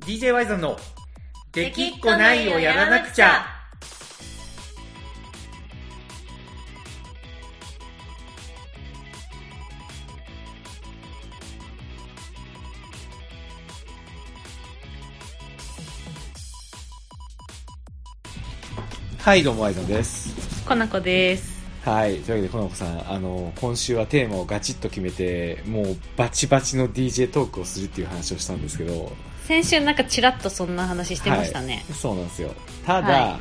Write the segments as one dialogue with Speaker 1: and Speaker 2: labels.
Speaker 1: DJ ワイザンの「できっこないをやらなくちゃ」はいどうもワイザンです
Speaker 2: コナコです
Speaker 1: はいというわけでこの子さんあの今週はテーマをガチッと決めてもうバチバチの DJ トークをするっていう話をしたんですけど
Speaker 2: 先週なんかちらっとそんな話してましたね、
Speaker 1: そうなんですよただ、
Speaker 2: は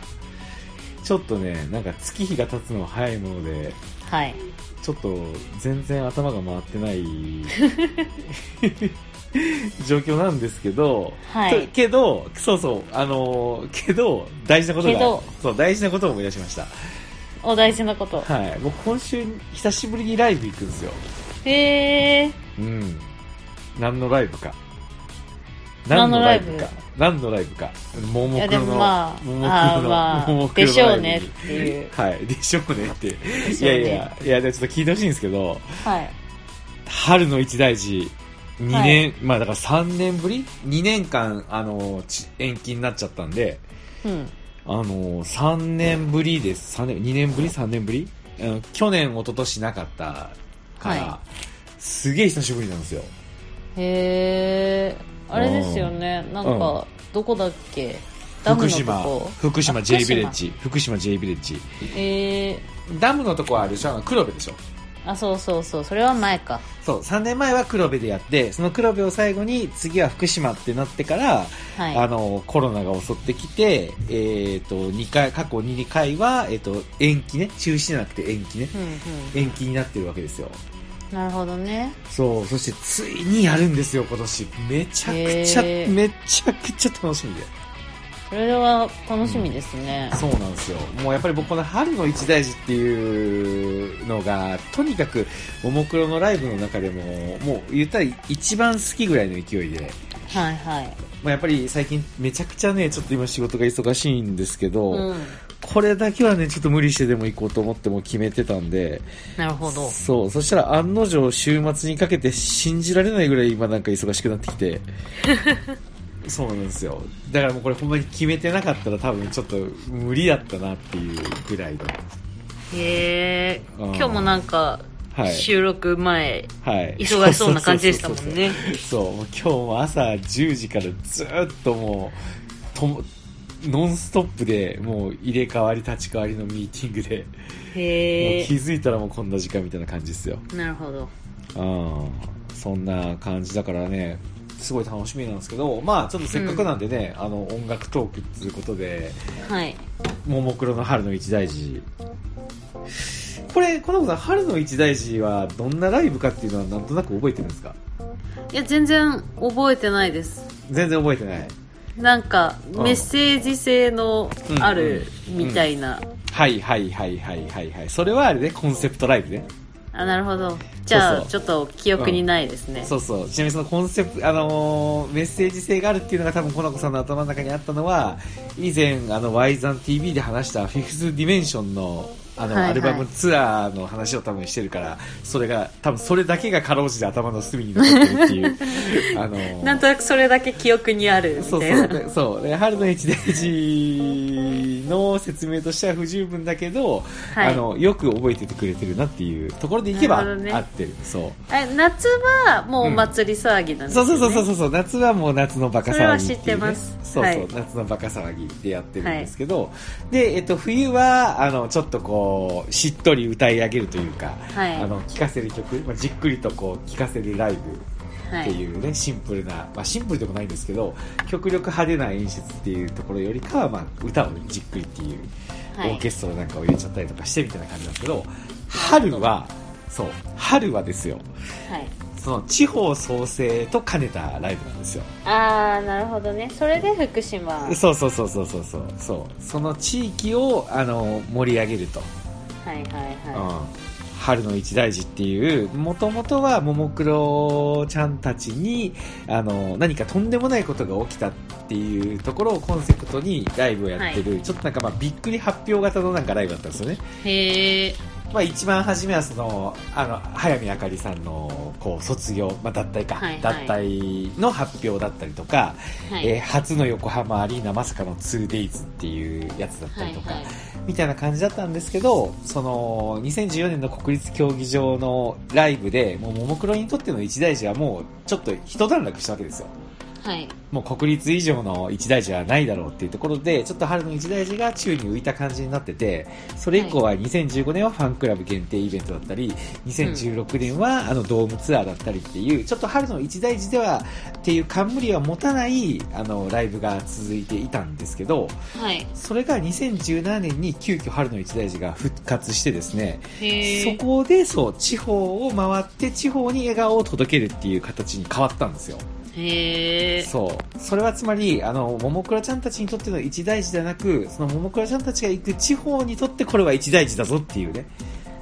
Speaker 1: ちょっとねなんか月日が経つのが早いもので
Speaker 2: はい、
Speaker 1: ちょっと全然頭が回ってない 状況なんですけど、
Speaker 2: はい
Speaker 1: とけどそうそうあのーけど大事なこと
Speaker 2: け
Speaker 1: が
Speaker 2: ど
Speaker 1: そう大事なことを思い出しました
Speaker 2: お大事なこと
Speaker 1: はい僕今週久しぶりにライブ行くんですよ
Speaker 2: へえ
Speaker 1: うん何のライブか
Speaker 2: 何のライブ
Speaker 1: か何のライブかも
Speaker 2: い
Speaker 1: も
Speaker 2: や
Speaker 1: ク
Speaker 2: で
Speaker 1: ロの
Speaker 2: もまあ
Speaker 1: ももクロの
Speaker 2: あーま
Speaker 1: も
Speaker 2: あ
Speaker 1: もクロ
Speaker 2: で
Speaker 1: の
Speaker 2: しょう
Speaker 1: ライ
Speaker 2: ね
Speaker 1: ブに
Speaker 2: っていう
Speaker 1: はい、でしょうねって。
Speaker 2: で
Speaker 1: い
Speaker 2: しょう
Speaker 1: や
Speaker 2: ね
Speaker 1: いや、いや、でちょっと聞いてほしいんですけど、
Speaker 2: はい
Speaker 1: 春の一大事、2年、まあだから3年ぶり ?2 年間、あの、ち延期になっちゃったんで、
Speaker 2: うん
Speaker 1: あの、3年ぶりです。三年、2年ぶり ?3 年ぶりあの去年、一昨年なかったから、
Speaker 2: は
Speaker 1: すげえ久しぶりなんですよ。
Speaker 2: へえあれですよねなん
Speaker 1: う
Speaker 2: かどこだっけダム
Speaker 1: 福
Speaker 2: の
Speaker 1: 島
Speaker 2: とこ、
Speaker 1: 福島
Speaker 2: あ
Speaker 1: J ビレッジ、福島 J ビレッジ。
Speaker 2: ええ
Speaker 1: ダムのとこはあるでしょあの黒部でしょ
Speaker 2: あそうそうそうそれは前か
Speaker 1: そう、3年前は黒部でやって、その黒部を最後に、次は福島ってなってから、
Speaker 2: はい
Speaker 1: あの、コロナが襲ってきて、えっ、と、2回、過去2回は、えっ、と、延期ね、中止じゃなくて延期ね、
Speaker 2: うんうん
Speaker 1: 延期になってるわけですよ。
Speaker 2: なるほどね
Speaker 1: そう、そしてついにやるんですよ、今年。めちゃくちゃ、
Speaker 2: へー
Speaker 1: めちゃくちゃ楽しみで。
Speaker 2: それは楽しみですね、
Speaker 1: そうなんですよ。もうやっぱり僕この春の一大事っていうのが、とにかく、ももクロのライブの中でも、もう言ったら一番好きぐらいの勢いで、
Speaker 2: はいはい
Speaker 1: まあ、やっぱり最近めちゃくちゃね、ちょっと今仕事が忙しいんですけど、
Speaker 2: うん
Speaker 1: これだけはね、ちょっと無理してでも行こうと思ってもう決めてたんで、
Speaker 2: なるほど
Speaker 1: そう、そしたら案の定週末にかけて信じられないぐらい今なんか忙しくなってきて、 そうなんですよ。だからもうこれほんまに決めてなかったら多分ちょっと無理だったなっていうぐらいの。
Speaker 2: へえ
Speaker 1: うん
Speaker 2: 今日もなんか
Speaker 1: はい。
Speaker 2: 収録前、
Speaker 1: はい。
Speaker 2: 忙しそうな感じでしたもんね
Speaker 1: そうもう今日も朝10時からずーっともうともノンストップでもう入れ替わり立ち替わりのミーティングで、
Speaker 2: へ
Speaker 1: も
Speaker 2: え
Speaker 1: う気づいたらもうこんな時間みたいな感じですよ
Speaker 2: なるほど
Speaker 1: うんそんな感じだからねすごい楽しみなんですけどまあちょっとせっかくなんでね、あの音楽トークっていうことで
Speaker 2: はい
Speaker 1: 「ももクロの春の一大事」これこの子さん春の一大事はどんなライブかっていうのはなんとなく覚えてるんですか
Speaker 2: いや全然覚えてないです
Speaker 1: 全然覚えてない
Speaker 2: なんか
Speaker 1: うん
Speaker 2: メッセージ性のあるみたいな、
Speaker 1: はいはいはいはいはいはいそれはあれねコンセプトライブね
Speaker 2: あなるほどじゃあ
Speaker 1: そうそう
Speaker 2: ちょっと記憶にないですね、
Speaker 1: そうそうちなみにそのコンセプトあのーメッセージ性があるっていうのが多分この子さんの頭の中にあったのは以前あの y ザン t v で話したフィフスディメンションのあの、
Speaker 2: はいはい
Speaker 1: アルバムツアーの話を多分してるからそれが多分それだけがかろうじて頭の隅に残ってるっていう あのー
Speaker 2: なんとなくそれだけ記憶にあるみ
Speaker 1: そう
Speaker 2: たい
Speaker 1: そ
Speaker 2: な
Speaker 1: う でそうで春の一大事の説明としては不十分だけど、
Speaker 2: はい
Speaker 1: あのよく覚えててくれてるなっていうところでいけば
Speaker 2: なるほどね
Speaker 1: 合ってるそう
Speaker 2: あ夏はもうお祭り騒ぎなんです
Speaker 1: そ
Speaker 2: よ
Speaker 1: う
Speaker 2: ね
Speaker 1: そうそうそうそう夏はもう夏のバカ騒ぎいうね
Speaker 2: それは知ってます
Speaker 1: そうそう、
Speaker 2: はい
Speaker 1: 夏のバカ騒ぎでやってるんですけど、で、えっと、冬はあのちょっとこうしっとり歌い上げるというか、
Speaker 2: はい
Speaker 1: あの聴かせる曲、まあ、じっくりとこう聴かせるライブ
Speaker 2: は
Speaker 1: って
Speaker 2: い
Speaker 1: いうね、シンプルな、まあ、シンプルでもないんですけど極力派手な演出っていうところよりかは、まあ、歌をじっくりっていう、
Speaker 2: はい
Speaker 1: オーケストラなんかを入れちゃったりとかしてみたいな感じなんですけど春はそう春はですよ
Speaker 2: はい
Speaker 1: その地方創生と兼ねたライブなんですよ。
Speaker 2: ああなるほどねそれで福島はい
Speaker 1: そうそうそうそうそうそうそう。その地域をあの盛り上げると、
Speaker 2: はいは
Speaker 1: うん、春の一大事っていうもともとはももクロちゃんたちにあの何かとんでもないことが起きたっていうところをコンセプトにライブをやってる、ちょっとなんかまあびっくり発表型のなんかライブだったんですよね。
Speaker 2: いへえ
Speaker 1: まあ、一番初めはそのあの早見あかりさんのこう卒業、まあ、脱退か、
Speaker 2: はいはい
Speaker 1: 脱退の発表だったりとか、
Speaker 2: はい
Speaker 1: えー初の横浜アリーナまさかの 2days っていうやつだった
Speaker 2: は
Speaker 1: り
Speaker 2: い
Speaker 1: とか、
Speaker 2: はい
Speaker 1: みたいな感じだったんですけどその2014年の国立競技場のライブでもうももクロにとっての一大事はもうちょっと一段落したわけですよ。
Speaker 2: はい
Speaker 1: もう国立以上の一大事はないだろうっていうところで、ちょっと春の一大事が宙に浮いた感じになってて、それ以降は2015年はファンクラブ限定イベントだったり、2016年はあのドームツアーだったりっていう、ちょっと春の一大事ではっていう冠は持たないあのライブが続いていたんですけど、
Speaker 2: はい
Speaker 1: それが2017年に急遽春の一大事が復活してですね、
Speaker 2: へ
Speaker 1: そ
Speaker 2: ー
Speaker 1: こでそう、地方を回って地方に笑顔を届けるっていう形に変わったんですよ。
Speaker 2: へー
Speaker 1: そう。それはつまり、あの、ももクロちゃんたちにとっての一大事ではなく、そのももクロちゃんたちが行く地方にとってこれは一大事だぞっていうね、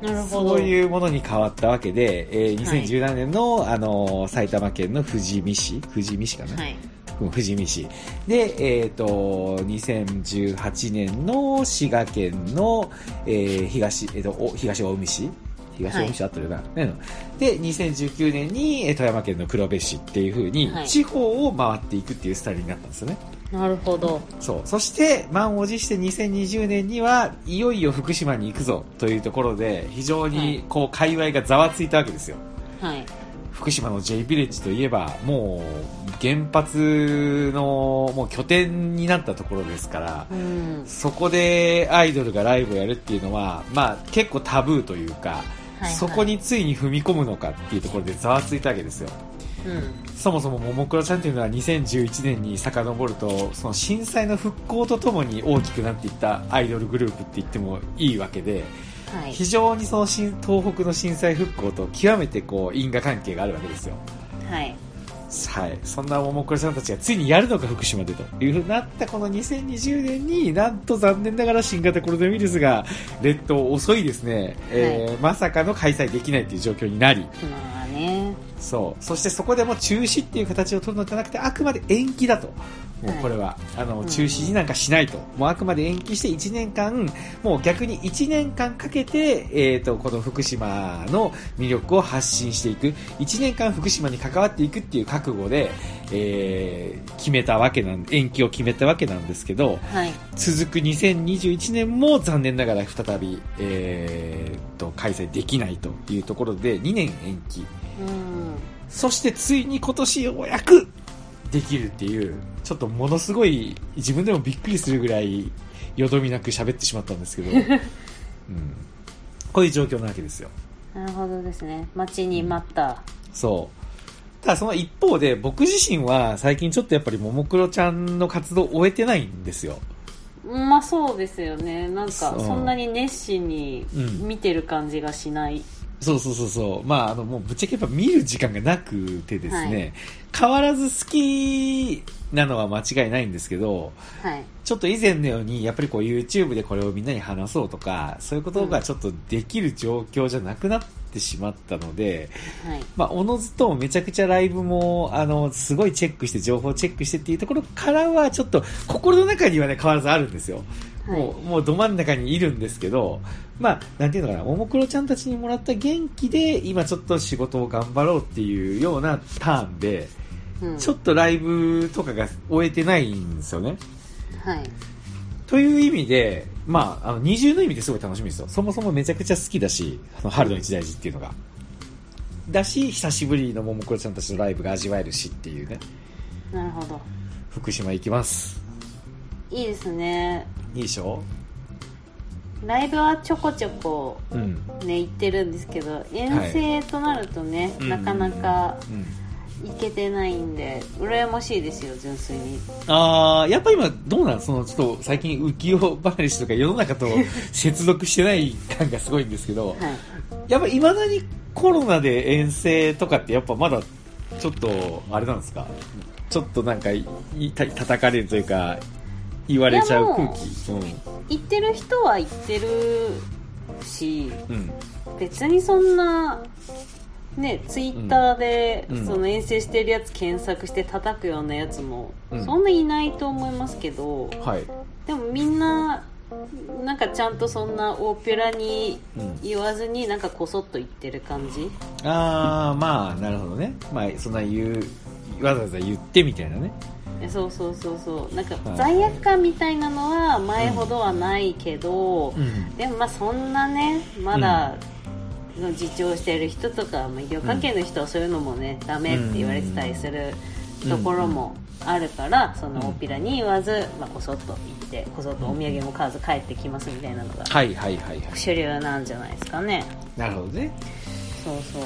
Speaker 2: なるほど
Speaker 1: そういうものに変わったわけで、えー
Speaker 2: はい
Speaker 1: 2017年の、あの、埼玉県の富士見市、富士見市かな、
Speaker 2: はい
Speaker 1: うん富士見市。で、えっ、と、2018年の滋賀県の、えー東、えっ、と、お東近江市東近江市あったよな、うんで、2019年にえー富山県の黒部市っていう風に
Speaker 2: は、い
Speaker 1: 地方を回っていくっていうスタイルになったんですよね。
Speaker 2: なるほど
Speaker 1: そう。そして、満を持して2020年には、いよいよ福島に行くぞというところで、非常
Speaker 2: は
Speaker 1: に
Speaker 2: い、
Speaker 1: こう、界隈がざわついたわけですよ。
Speaker 2: はい
Speaker 1: 福島の J ヴィレッジといえばもう原発のもう拠点になったところですから
Speaker 2: うん
Speaker 1: そこでアイドルがライブをやるっていうのは、まあ、結構タブーというか、
Speaker 2: はい
Speaker 1: そこについに踏み込むのかっていうところでざわついたわけですよ
Speaker 2: うん
Speaker 1: そもそもももクロちゃんっていうのは2011年に遡るとその震災の復興とともに大きくなっていったアイドルグループって言ってもいいわけで
Speaker 2: はい
Speaker 1: 非常にその新東北の震災復興と極めてこう因果関係があるわけですよ
Speaker 2: はい
Speaker 1: はい、そんなももクロさんたちがついにやるのか福島でというふうになったこの2020年になんと残念ながら新型コロナウイルスが列島遅いですね、えーまさかの開催できないという状況になり
Speaker 2: まあね
Speaker 1: そうそしてそこでもう中止っていう形を取るのではなくてあくまで延期だと。もうこれは、あの
Speaker 2: うん
Speaker 1: 中止になんかしないと、もうあくまで延期して1年間、もう逆に1年間かけて、えー、とこの福島の魅力を発信していく、1年間福島に関わっていくっていう覚悟で、えー決めたわけなん延期を決めたわけなんですけど、
Speaker 2: はい
Speaker 1: 続く2021年も残念ながら再び、えー、と開催できないというところで、2年延期。
Speaker 2: うん
Speaker 1: そしてついに今年ようやくできるっていう、ちょっとものすごい自分でもびっくりするぐらいよどみなく喋ってしまったんです けど、うん、こういう状況なわけですよ。
Speaker 2: なるほどですね待ちに待った
Speaker 1: そう。ただその一方で僕自身は最近ちょっとやっぱりももクロちゃんの活動を終えてないんですよ。
Speaker 2: まあそうですよねなんか
Speaker 1: そう
Speaker 2: そんなに熱心に見てる感じがしない、
Speaker 1: そうそうそうそう。まあ、あの、もうぶっちゃけやっぱ見る時間がなくてですね、
Speaker 2: は
Speaker 1: 変わらず好きなのは間違いないんですけど、
Speaker 2: はい
Speaker 1: ちょっと以前のように、やっぱりこう YouTube でこれをみんなに話そうとか、そういうことがちょっとできる状況じゃなくなってしまったので、
Speaker 2: はい
Speaker 1: まあ、おのずとめちゃくちゃライブも、あの、すごいチェックして、情報チェックしてっていうところからは、ちょっと心の中にはね、変わらずあるんですよ。
Speaker 2: はい
Speaker 1: もう、もうど真ん中にいるんですけど、まあ、なんていうのかな、ももクロちゃんたちにもらった元気で、今ちょっと仕事を頑張ろうっていうようなターンで、
Speaker 2: うん
Speaker 1: ちょっとライブとかが終えてないんですよね。
Speaker 2: はい
Speaker 1: という意味で、まあ、あの二重の意味ですごい楽しみですよ。そもそもめちゃくちゃ好きだし、あの春の一大事っていうのが。だし、久しぶりのももクロちゃんたちのライブが味わえるしっていうね。
Speaker 2: なるほど
Speaker 1: 福島行きます。
Speaker 2: いいですね
Speaker 1: いいでしょ
Speaker 2: ライブはちょこちょこ
Speaker 1: うん。
Speaker 2: ね行ってるんですけど遠征となるとね、
Speaker 1: うん
Speaker 2: なかなか
Speaker 1: うん。
Speaker 2: 行けてないんで羨ましいですよ純粋に
Speaker 1: あー、やっぱ今どうなんその、ちょっと最近浮世離しとか世の中と接続してない感がすごいんですけど、
Speaker 2: はい
Speaker 1: やっぱ未だにコロナで遠征とかってやっぱまだちょっとあれなんですかちょっとなんかいいた叩かれるというか言われちゃう空気
Speaker 2: 行ってる人は行ってるし
Speaker 1: うんうん
Speaker 2: 別にそんなねツイッターで、
Speaker 1: うん
Speaker 2: その遠征してるやつ検索して叩くようなやつも、
Speaker 1: うん
Speaker 2: そんないないと思いますけど
Speaker 1: はい
Speaker 2: でもみんななんかちゃんとそんな大っぺらに
Speaker 1: うん
Speaker 2: 言わずになんかこそっと言ってる感じ
Speaker 1: ああまあなるほどねまあそんな言うわざわざ言ってみたいなね
Speaker 2: えそうそうそうそうなんか
Speaker 1: はい
Speaker 2: 罪悪感みたいなのは前ほどはないけど、
Speaker 1: ん
Speaker 2: でもまあそんなねまだの自重してる人とか、まあ、医療関係の人はそういうのもね、ダメって言われてたりするところもあるから、その大っぴらに言わず、まあ、こそっと行ってこそっとお土産も買わず帰ってきますみたいなのが
Speaker 1: はいはいはいはい
Speaker 2: 主流なんじゃないですかね
Speaker 1: なるほどね
Speaker 2: そうそう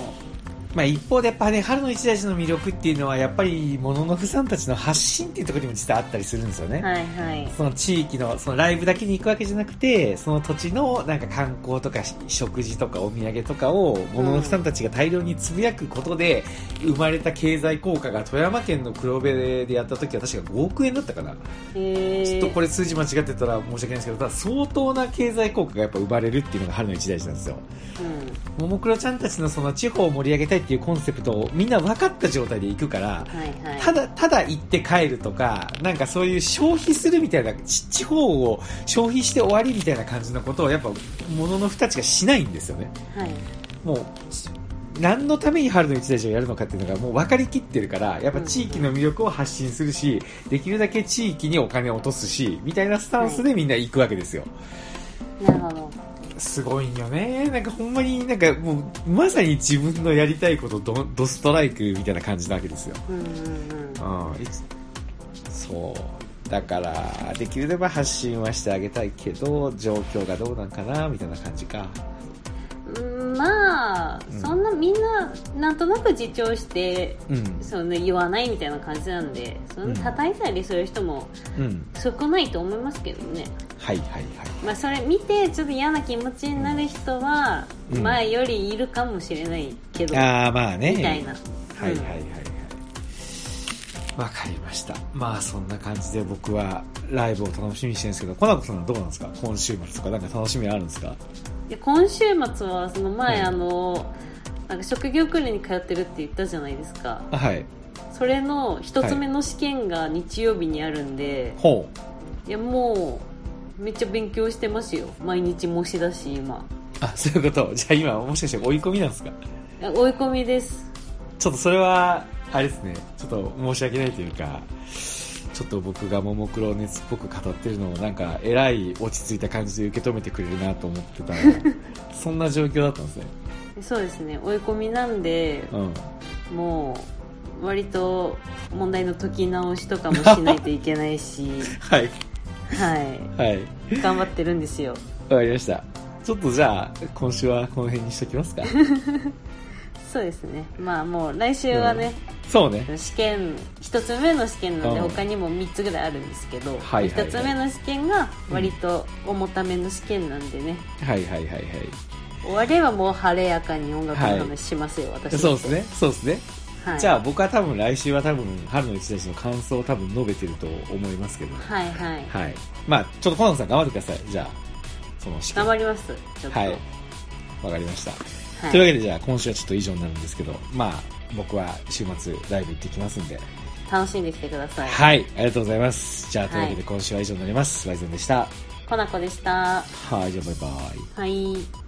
Speaker 1: まあ一方でやっぱね春の一大事の魅力っていうのはやっぱりもののふさんたちの発信っていうところにも実はあったりするんですよね、
Speaker 2: はいはい
Speaker 1: その地域のそのライブだけに行くわけじゃなくてその土地のなんか観光とかし食事とかお土産とかをもののふさんたちが大量につぶやくことで生まれた経済効果が富山県の黒部でやった時は確か5億円だったかな
Speaker 2: えー、
Speaker 1: ちょっとこれ数字間違ってたら申し訳ないですけど、ただ相当な経済効果がやっぱ生まれるっていうのが春の一大事なんですよ。
Speaker 2: うん
Speaker 1: ももクロちゃんたちのその地方を盛り上げたいっていうコンセプトをみんな分かった状態で行くから、
Speaker 2: はいはい
Speaker 1: ただ、ただ行って帰るとか、なんかそういう消費するみたいな、ち地方を消費して終わりみたいな感じのことをやっぱ、もののふたちがしないんですよね。
Speaker 2: はい
Speaker 1: もう、ち何のために春の一大事をやるのかっていうのがもう分かりきってるから、やっぱ地域の魅力を発信するし、できるだけ地域にお金を落とすし、みたいなスタンスでみんな行くわけですよ。
Speaker 2: なるほど
Speaker 1: すごいんよね。なんかほんまになんかもう、まさに自分のやりたいことドドストライクみたいな感じなわけですよ。
Speaker 2: うんうんうん
Speaker 1: うんいつそうだからできれば発信はしてあげたいけど状況がどうなんかなみたいな感じか
Speaker 2: うんまあ、
Speaker 1: ん
Speaker 2: そんなみんななんとなく自重して
Speaker 1: うん
Speaker 2: その言わないみたいな感じなんでそ
Speaker 1: うん
Speaker 2: の叩いたりする人も
Speaker 1: うん
Speaker 2: 少ないと思いますけどね、
Speaker 1: はいはいはい
Speaker 2: まあ、それ見てちょっと嫌な気持ちになる人は
Speaker 1: うん
Speaker 2: 前よりいるかもしれないけど、
Speaker 1: ああまあね
Speaker 2: みたいな、
Speaker 1: はいはいはいはいわかりましたまあそんな感じで僕はライブを楽しみにしてるんですけどコナコさんはどうなんですか今週末とかなんか楽しみあるんですか
Speaker 2: で今週末はその前、
Speaker 1: うん
Speaker 2: あのなんか職業訓練に通ってるって言ったじゃないですか
Speaker 1: あはい
Speaker 2: それの一つ目の試験が日曜日にあるんで、
Speaker 1: ほう
Speaker 2: い、やもうめっちゃ勉強してますよ毎日模試だし今
Speaker 1: あそういうことじゃあ今もしかして追い込みなんですか
Speaker 2: いや追い込みです
Speaker 1: ちょっとそれは、あれですね、ちょっと申し訳ないというか、ちょっと僕がももクロ熱っぽく語ってるのをなんか、えらい落ち着いた感じで受け止めてくれるなと思ってたら、そんな状況だったんですね。
Speaker 2: そうですね追い込みなんで
Speaker 1: うん。
Speaker 2: もう割と問題の解き直しとかもしないといけないし
Speaker 1: はい。
Speaker 2: は
Speaker 1: はい。
Speaker 2: い頑張ってるんですよ
Speaker 1: わかりました。ちょっとじゃあ、今週はこの辺にしときますか。
Speaker 2: そうですねまあもう来週はね、
Speaker 1: そうね。
Speaker 2: 試験1つ目の試験なんで
Speaker 1: うん
Speaker 2: 他にも3つぐらいあるんですけど、
Speaker 1: はいはいはい
Speaker 2: 1つ目の試験が割と重ための試験なんでね、
Speaker 1: はいはいはい
Speaker 2: 終わればもう晴れやかに音楽の話しますよ、
Speaker 1: はい。
Speaker 2: 私
Speaker 1: そうですね。そうですね。
Speaker 2: はい、
Speaker 1: じゃあ僕は多分来週は多分、春の一大事の感想を多分述べてると思いますけど。
Speaker 2: はいはい
Speaker 1: はい。まあ、ちょっとコナンさん頑張ってください。じゃあ、その試験
Speaker 2: 頑張りますちょっと
Speaker 1: はい。わかりました。
Speaker 2: はい
Speaker 1: というわけで、じゃあ、今週はちょっと以上になるんですけど、まあ、僕は週末ライブ行ってきますんで。
Speaker 2: 楽しんできてください、
Speaker 1: はい。ありがとうございます。じゃあ、というわけ
Speaker 2: は
Speaker 1: で今週は以上になります。ワイゼンでした。
Speaker 2: コナコでした
Speaker 1: はい。じゃあ、バイバイ。
Speaker 2: はい